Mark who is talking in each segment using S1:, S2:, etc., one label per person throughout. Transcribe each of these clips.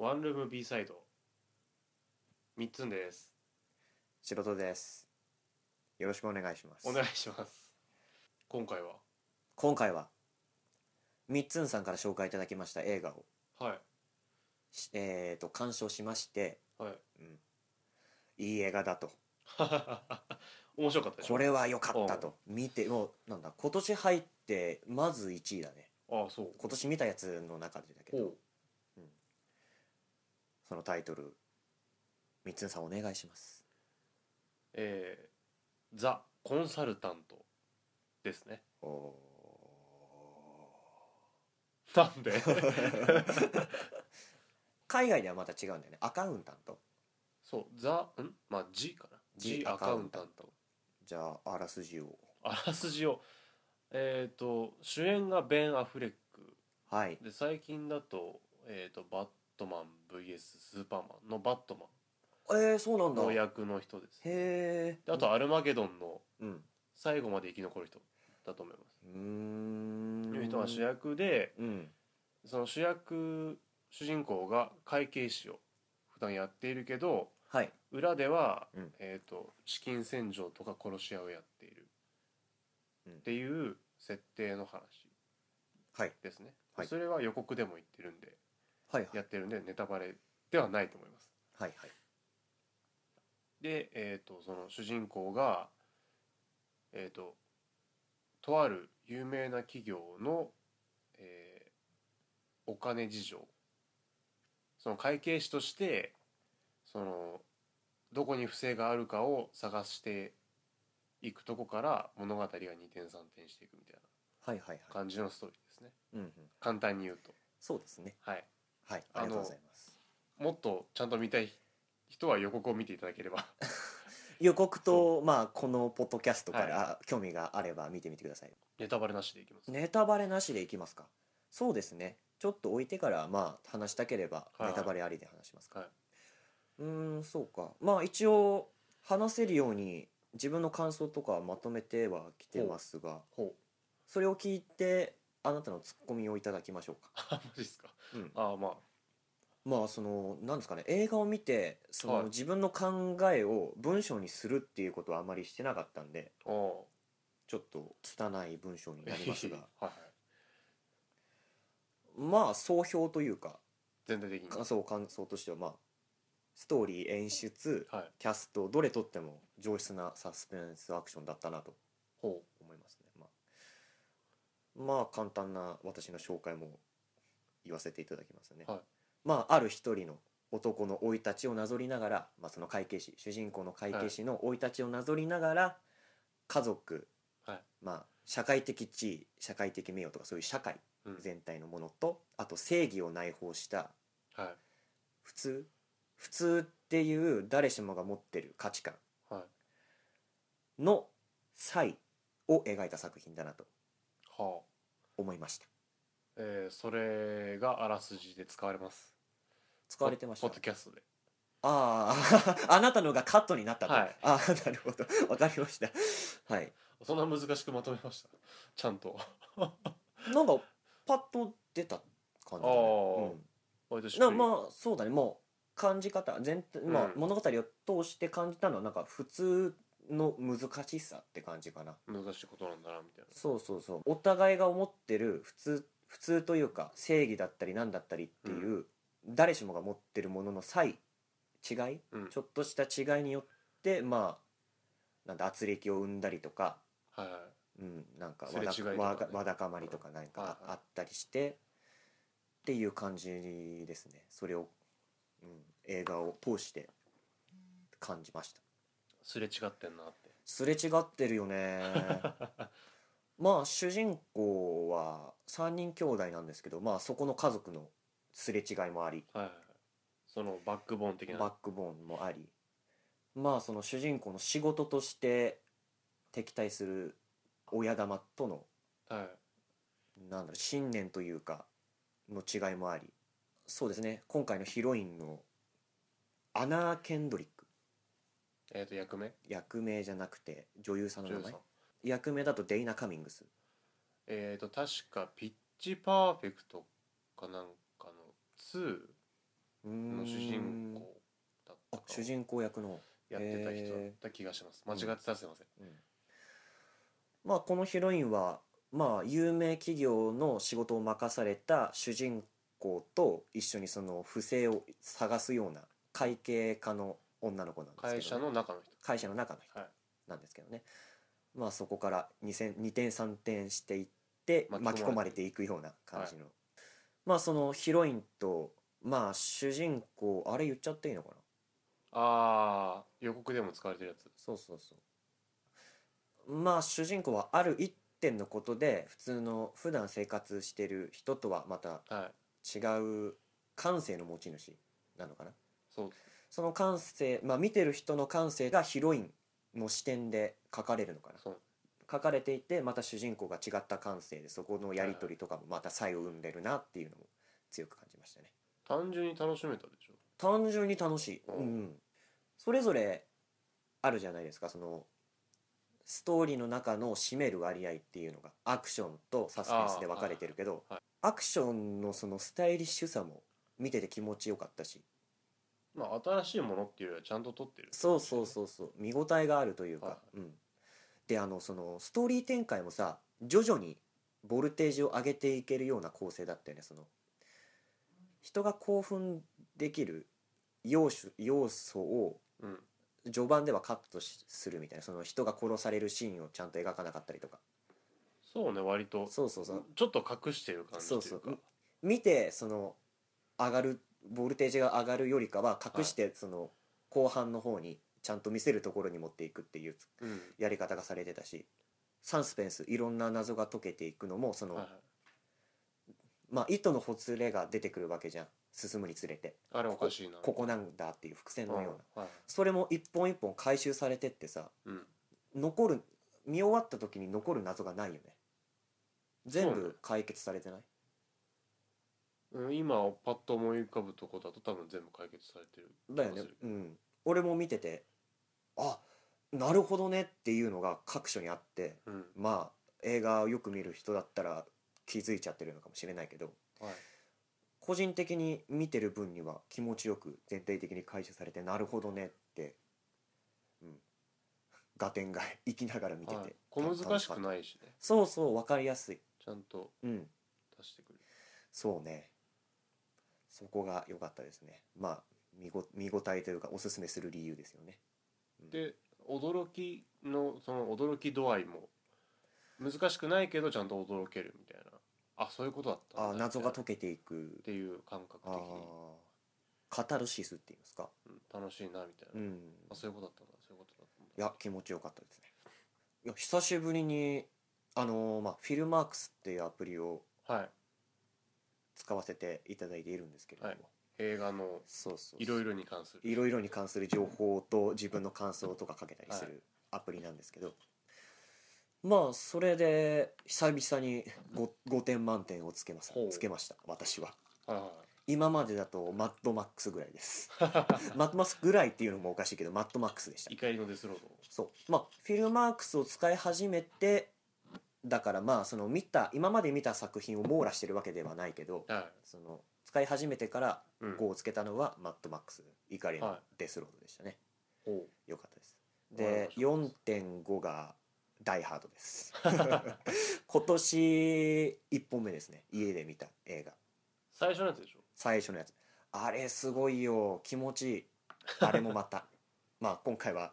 S1: ワンルーム B サイド三つんです
S2: 仕事ですよろしくお願いします
S1: お願いします今回は
S2: 今回はみっつんさんから紹介いただきました映画を
S1: はい
S2: しえー、と鑑賞しまして
S1: はい
S2: いい映画だと
S1: 面白かったでしょ
S2: これは良かったと見てもうなんだ今年入ってまず1位だね
S1: ああそう
S2: 今年見たやつの中でだけ
S1: お
S2: ど
S1: う
S2: そのタイトルみっつんさんお願いします
S1: えー、ザ・コンサルタントですね
S2: おー
S1: なん で
S2: 海外ではまた違うんだよねアカウンタント
S1: そうザんまあ G かな
S2: G
S1: G アカウンタント
S2: じゃああらすじを
S1: あらすじをえっ、と主演がベン・アフレック
S2: はい
S1: で最近だと,、えー、とバットマン VS スーパーマンのバットマ
S2: えー、そうなん
S1: ン
S2: だ
S1: の
S2: へ
S1: 役の人です
S2: え
S1: であとアルマゲドンの
S2: うん
S1: 最後まで生き残る人だと思います
S2: うーん
S1: いう人が主役で
S2: うん
S1: その主役主人公が会計士を普段やっているけど
S2: はい
S1: 裏では、
S2: うん
S1: えー、と資金洗浄とか殺し屋をやっている
S2: うん
S1: っていう設定の話
S2: はい
S1: ですね、
S2: はい
S1: それは予告でも言ってるんで
S2: はいは
S1: や
S2: い
S1: ってるんでネタバレではないと思います
S2: はいはい
S1: で、えー、とその主人公が、えー、ととある有名な企業の、えーお金事情その会計士としてそのどこに不正があるかを探していくとこから物語が二転三転していくみたい
S2: はいは
S1: な
S2: いはい
S1: 感じのストーリーですね
S2: うんうん
S1: 簡単に言うと
S2: そうですね
S1: はい
S2: はい
S1: あの
S2: ありがとうございます
S1: もっとちゃんと見たい人は予告を見ていただければ
S2: 予告とまあこのポッドキャストから、
S1: は
S2: 興味があれば見てみてください
S1: ネタバレなしでいきます
S2: ネタバレなしでいきますかそうですねちょっと置いてからまあ話したければ
S1: はい
S2: ネタバレありで話しますか、
S1: はいう
S2: ーんそうかまあ一応話せるように自分の感想とかはまとめてはきてますが
S1: ほ
S2: それを聞いてあなたのツッコミをいただきましょうか
S1: うマジですか
S2: うん
S1: ああまあ
S2: まあそのなんですかね映画を見てそ
S1: はい
S2: の自分の考えを文章にするっていうことはあまりしてなかったんで
S1: お
S2: ちょっと拙い文章に
S1: う
S2: なります が
S1: はいはい、
S2: まあ総評というか
S1: 全体的に
S2: 感想感想としてはまあストーリー演出
S1: はい
S2: キャストどれとっても上質なサスペンスアクションだったなと
S1: ほ
S2: 思いますねまあまあ簡単な私の紹介も言わせていただきますね、
S1: はい
S2: まあある一人の男の生い立ちをなぞりながら、まあ、その会計士主人公の会計士の生い立ちをなぞりながら、家族、
S1: はい
S2: まあ社会的地位社会的名誉とかそういう社会
S1: う、うん、
S2: 全体のものとあと正義を内包した
S1: は
S2: 普通普通っていう誰しもが持ってる価値観
S1: いはいは
S2: の差異を描いた作品だなと
S1: あ
S2: 思いました
S1: えー、それがあらすじで使われます
S2: 使われてました
S1: ポッドキャストで
S2: あ ああなたのがカットになったと、
S1: はい
S2: ああなるほどわかりましたはい
S1: そんな難しくまとめましたちゃんと
S2: なんかパッと出た感じだ
S1: あ
S2: ね
S1: ー、割としっく
S2: うん、
S1: り
S2: なまあそうだねもう感じ方全体、まあ
S1: うん
S2: 物語を通して感じたのはなんか普通の難しさって感じかな
S1: 難しいことなんだなみたい
S2: そうそうそうお互いが思ってる普通普通というか正義だったり何だったりっていう、誰しもが持ってるものの差異違い、
S1: うん
S2: ちょっとした違いによってまあなんだ圧力を生んだりとか、
S1: なはいはい
S2: うん、なんか
S1: す
S2: わ
S1: れ違
S2: だ
S1: いとかね
S2: わがわだかまりとか何
S1: はい
S2: か
S1: はい
S2: ああったりしてっていう感じですねそれを、うん、映画を通して感じました
S1: すれ違ってんなって
S2: すれ違ってるよ ねまあ主人公は3人兄弟なんですけどまあそこの家族のすれ違いもあり
S1: はいはいそのバックボーン的な
S2: バックボーンもありまあその主人公の仕事として敵対する親玉との
S1: はい
S2: なんだろう信念というかの違いもありそうですね今回のヒロインのアナ・ケンドリック
S1: えっ、と役目
S2: 役名じゃなくて女優さんの
S1: 女
S2: 名
S1: 優さ
S2: 前
S1: ん
S2: 役名だとデイナ・カミングス
S1: えっ、と確かピッチパーフェクトかなんかの
S2: うー
S1: 2
S2: ん
S1: の主人公だった
S2: あ
S1: か
S2: 主人公役の、
S1: やってた人だった気がします、
S2: ー
S1: 間違ってたらすいません、
S2: うんまあこのヒロインはまあ有名企業の仕事を任された主人公と一緒にその不正を探すような会計家の女の子なんですけどね、
S1: 会社の中の人
S2: 会社の中の人
S1: はい
S2: なんですけどね、まあそこから2点2点3点していって
S1: 巻
S2: 巻
S1: き込まれて
S2: き込まれていくような感じの、まあそのヒロインとまあ主人公あれ言っちゃっていいのかな
S1: ああ予告でも使われてるやつ
S2: そうそうそうまあ主人公はある一点のことで普通の普段生活してる人とはまた
S1: はい
S2: 違う感性の持ち主なのかな
S1: そう
S2: その感性まあ見てる人の感性がヒロインの視点で書かれるのかな
S1: そう
S2: 書かれていてまた主人公が違った感性でそこのやり取りとかもまた差を生んでるなっていうのも強く感じましたね
S1: 単純に楽しめたでしょ
S2: 単純に楽しい、
S1: うん
S2: うん、それぞれあるじゃないですかそのストーリーの中の占める割合っていうのがアクションとサスペンスで分かれてるけど、
S1: あーはい
S2: アクションのそのスタイリッシュさも見てて気持ちよかったし
S1: まあ新しいものっていうよりはちゃんと撮ってる
S2: そうそうそうそう見応えがあるというか、
S1: は
S2: うん、であのそのストーリー展開もさ徐々にボルテージを上げていけるような構成だったよねその人が興奮できる要素要素を
S1: うん
S2: 序盤ではカットしするみたいなその人が殺されるシーンをちゃんと描かなかったりとか
S1: そうね割と
S2: そうそうそう
S1: ちょっと隠してる感じと
S2: そ
S1: いううか
S2: そう見てその上がるボルテージが上がるよりかは隠してその後半の方にちゃんと見せるところに持っていくっていう
S1: うん
S2: やり方がされてたしサンスペンスいろんな謎が解けていくのもその、
S1: はいはい、
S2: まあ糸のほつれが出てくるわけじゃん進むにつれて
S1: あれおかしいな
S2: ここなんだっていう伏線のような、
S1: うんはい
S2: それも一本一本回収されてってさ
S1: うん、
S2: 残る見終わった時に残る謎がないよね全
S1: そうね
S2: 部解決されてない
S1: うん、今パッと思い浮かぶとこだと多分全部解決されてる
S2: だよね
S1: そうです
S2: うん俺も見ててあなるほどねっていうのが各所にあって
S1: うん
S2: まあ映画をよく見る人だったら気づいちゃってるのかもしれないけど
S1: はい
S2: 個人的に見てる分には気持ちよく全体的に回収されてなるほどねってうん 合点がいきながら見てて、
S1: はい、小難しくないしね
S2: そうそう分かりやすい
S1: ちゃんと
S2: うん
S1: 出してくる
S2: そうねそこが良かったですねまあ見ご見応えというかおすすめする理由ですよね
S1: で驚きのその驚き度合いも難しくないけどちゃんと驚けるみたいなあそういうことだったんだ
S2: あー謎が
S1: みたいな
S2: 解けていく
S1: っていう感覚
S2: あ
S1: 的に、
S2: ーカタルシスって言いますか
S1: うん、楽しいなみたいな、
S2: うん
S1: あそういうことだったんだそういうことだったんだ
S2: いや気持ちよかったですねいや久しぶりにあのーまあフィルマークスっていうアプリを
S1: はい
S2: 使わせていただいているんですけれども、
S1: はい映画の
S2: そうそうそう
S1: いろいろに関する
S2: いろいろに関する情報と自分の感想とかかけたりするアプリなんですけど、まあそれで久々に 5, 5点満点をつけます
S1: ほう
S2: つけました私は
S1: はいはい
S2: 今までだとマッドマックスぐらいです
S1: は
S2: マッドマックスぐらいっていうのもおかしいけどマッドマックスでした
S1: い怒りのデスロード
S2: そうまあフィルマークスを使い始めてだからまあその見た今まで見た作品を網羅してるわけではないけど
S1: は
S2: その使い始めてから
S1: い、うん、
S2: 5をつけたのはマッドマックス怒りの
S1: は
S2: デスロードでしたね、
S1: ほ
S2: 良かったです
S1: う
S2: で
S1: わかりまし
S2: 4.5がダイハードです 今年1本目ですね家で見た映 画
S1: た最初のやつでしょ
S2: 最初のやつあれすごいよ気持ちいいあれもまた まあ今回は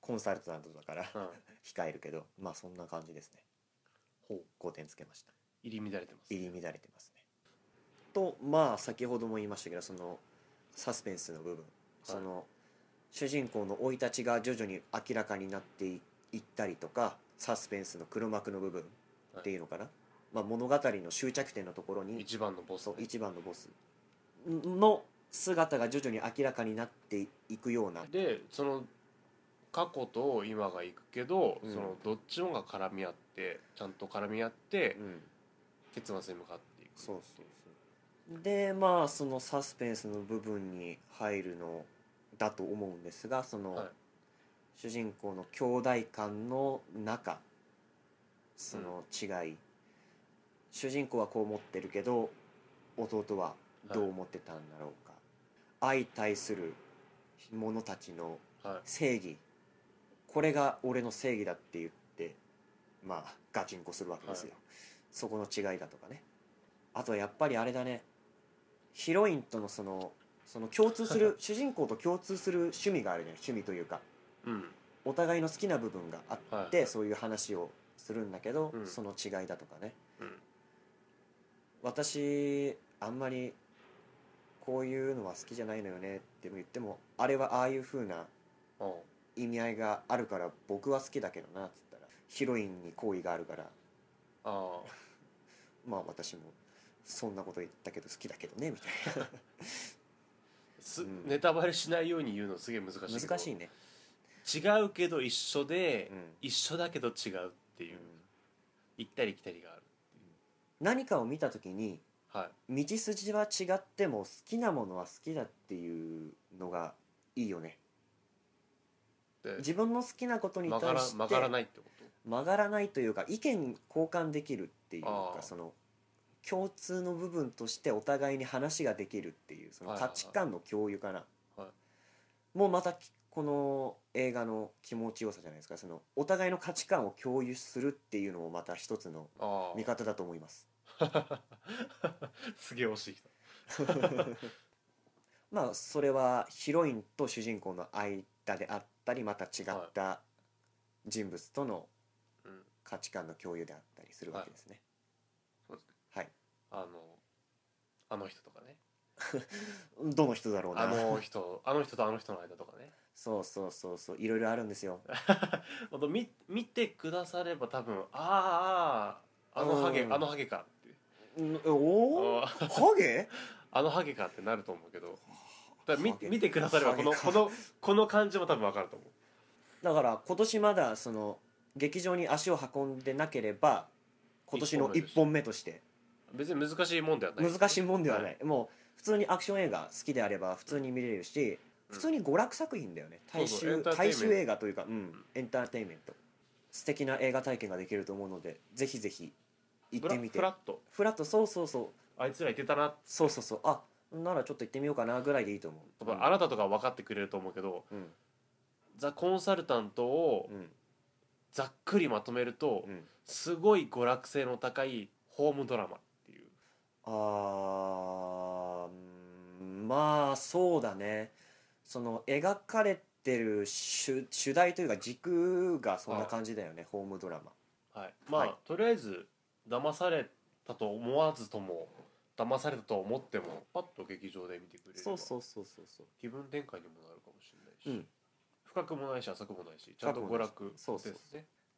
S2: コンサルタントだから
S1: うん
S2: 控えるけどまあそんな感じですね
S1: ほう
S2: 5点つけました
S1: 入り乱れてます
S2: 入り乱れてますねとまあ先ほども言いましたけどそのサスペンスの部分その、主人公の生い立ちが徐々に明らかになっていいったりとかサスペンスの黒幕の部分っていうのかな、まあ、物語の終着点のところに
S1: 一番のボス
S2: そう一番のボスの姿が徐々に明らかになっていくような
S1: でその過去と今が行くけど、
S2: うん
S1: そのどっちもが絡み合ってちゃんと絡み合って、
S2: うん
S1: 結末に向かっていく
S2: そうそうそうでまあそのサスペンスの部分に入るのだと思うんですがその、
S1: はい
S2: 主人公の兄弟間の中その違い、主人公はこう思ってるけど弟はどう思ってたんだろうか、相対する者たちの
S1: はい
S2: 正義これが俺の正義だって言ってまあガチンコするわけですよ、
S1: は
S2: そこの違いだとかねあとやっぱりあれだねヒロインとのそのその共通す る主人公と共通する趣味があるね趣味というか
S1: うん
S2: お互いの好きな部分があって、
S1: はい
S2: そういう話をするんだけど、
S1: うん
S2: その違いだとかね
S1: うん
S2: 私あんまりこういうのは好きじゃないのよねって言ってもあれはああいう風な
S1: ああ
S2: 意味合いがあるから僕は好きだけどなっつったらヒロインに好意があるから
S1: ああ
S2: まあ私もそんなこと言ったけど好きだけどねみたい
S1: す
S2: うん
S1: ネタバレしないように言うのすげえ難しいけ
S2: な
S1: ど
S2: 難しいね、
S1: 違うけど一緒で、
S2: うん
S1: 一緒だけど違うっていう、行ったり来たりがある
S2: 何かを見た時に
S1: はい
S2: 道筋は違っても好きなものは好きだっていうのがいいよね
S1: で
S2: 自分の好きなことに対
S1: 曲
S2: して
S1: がら曲がらないってこ
S2: 曲がらないというか意見交換できるっていうか
S1: あー
S2: その共通の部分としてお互いに話ができるっていうその
S1: はいはいは
S2: 価
S1: い
S2: 値観の共有かな、
S1: は
S2: もうまたきこの映画の気持ちよさじゃないですかそのお互いの価値観を共有するっていうのもまた一つの
S1: とあ
S2: 見方だと思います
S1: あ すげえ惜しい人
S2: まあそれはヒロインと主人公の間であったりまた違った人物との
S1: うん
S2: 価値観の共有であったりするわけですね
S1: そうですね
S2: はい
S1: あのあの人とかね
S2: どの人だろうな
S1: あの 人あの人とあの人の間とかね
S2: そうそうそうそういろいろあるん ですよ
S1: あと見 見てくだされば多分あーあーあのハゲ
S2: うん
S1: あのハゲかって
S2: んおお
S1: あー
S2: ハゲ
S1: あのハゲかってなると思うけどだから見
S2: ハゲ
S1: 見てくだされば
S2: ハ
S1: こ
S2: ゲ
S1: の
S2: か
S1: このこの感じも多分わかると思う
S2: だから今年まだその劇場に足を運んでなければ今年の1本目として
S1: 別に難しいもんではない
S2: 難しいもんではないいもう普通にアクション映画好きであれば普通に見れるし
S1: うん
S2: 普通に娯楽作品だよね
S1: そう
S2: 大
S1: そうエン
S2: 衆
S1: ターテインメン
S2: 大
S1: ト
S2: 衆映画というかうんエンターテインメント素敵な映画体験ができると思うのでぜひぜひ行
S1: フ
S2: っ
S1: ラ
S2: てみて
S1: フラッと
S2: フラッとそうそうそう
S1: あいつらいてたな
S2: そうそうそうあならちょっと行ってみようかなぐらいでいいと思う
S1: 多分あなたとか分かってくれると思うけど、
S2: うん
S1: ザ・コンサルタントを
S2: うん
S1: ざっくりまとめると、
S2: うん
S1: すごい娯楽性の高いホームドラマっていう
S2: あーうんまあそうだねその描かれてる主主題というか軸がそんな感じだよねホームドラマ
S1: はい、まあ、
S2: はい
S1: とりあえず騙されたと思わずとも騙されたと思ってもパッと劇場で見てくれれば
S2: そうそうそうそうそう
S1: 気分転換にもなるかもしれないし、
S2: うん
S1: 深くもないし浅くもないしちゃんと娯楽ですね
S2: そうそうそ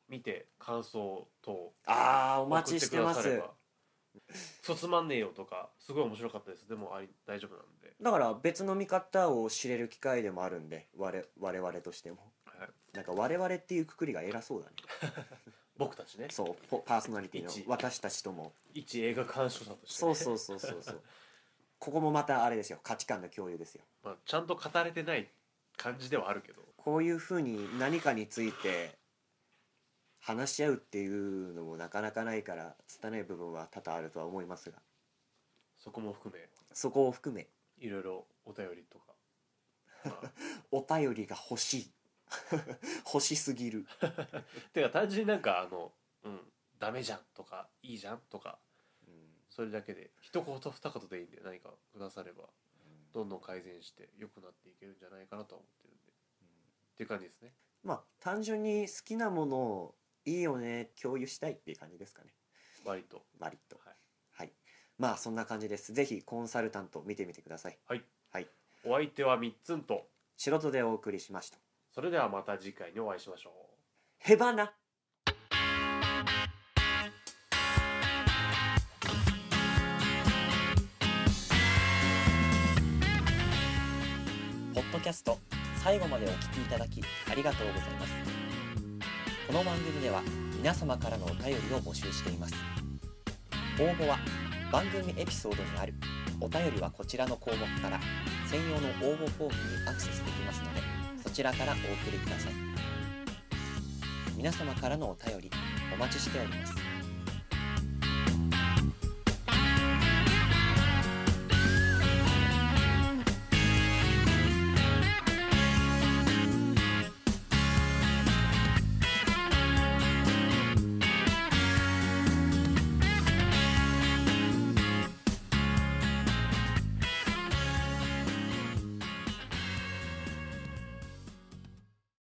S1: 見て感想と
S2: あーお待ちしてます
S1: 送ってくださればそうつまんねえよとかすごい面白かったですでもあり大丈夫なんで、
S2: だから別の見方を知れる機会でもあるんで我我々としても
S1: はい、
S2: なんか我々っていうくくりが偉そうだね
S1: 僕たちね
S2: そうポパーソナリティの
S1: 一
S2: 私たちとも
S1: 一映画鑑賞者として、
S2: そうそうそうそうそう ここもまたあれですよ価値観の共有ですよ
S1: まあ、ちゃんと語れてない感じではあるけど
S2: こういうふうに何かについて話し合うっていうのもなかなかないから拙い部分は多々あるとは思いますが
S1: そこも含め
S2: そこを含め
S1: いろいろお便りとか、まあ
S2: お便りが欲しい 欲しすぎる
S1: てか単純になんかあのうんダメじゃんとかいいじゃんとかそれだけで一言二言でいいんで何かくださればどんどん改善して良くなっていけるんじゃないかなとは思ってるんでっていう感じですね
S2: まあ単純に好きなものをいいよね共有したいっていう感じですかね
S1: 割と
S2: 割と
S1: はい
S2: はい、まあそんな感じですぜひコンサルタント見てみてください
S1: はい、
S2: はい、
S1: お相手はみっつんと
S2: 素人でお送りしました
S1: それではまた次回にお会いしましょう
S2: へばなポッドキャスト最後までお聞きいただきありがとうございますこの番組では皆様からのお便りを募集しています応募は番組エピソードにあるお便りはこちらの項目から専用の応募フォームにアクセスできますのでそちらからお送りください皆様からのお便りお待ちしております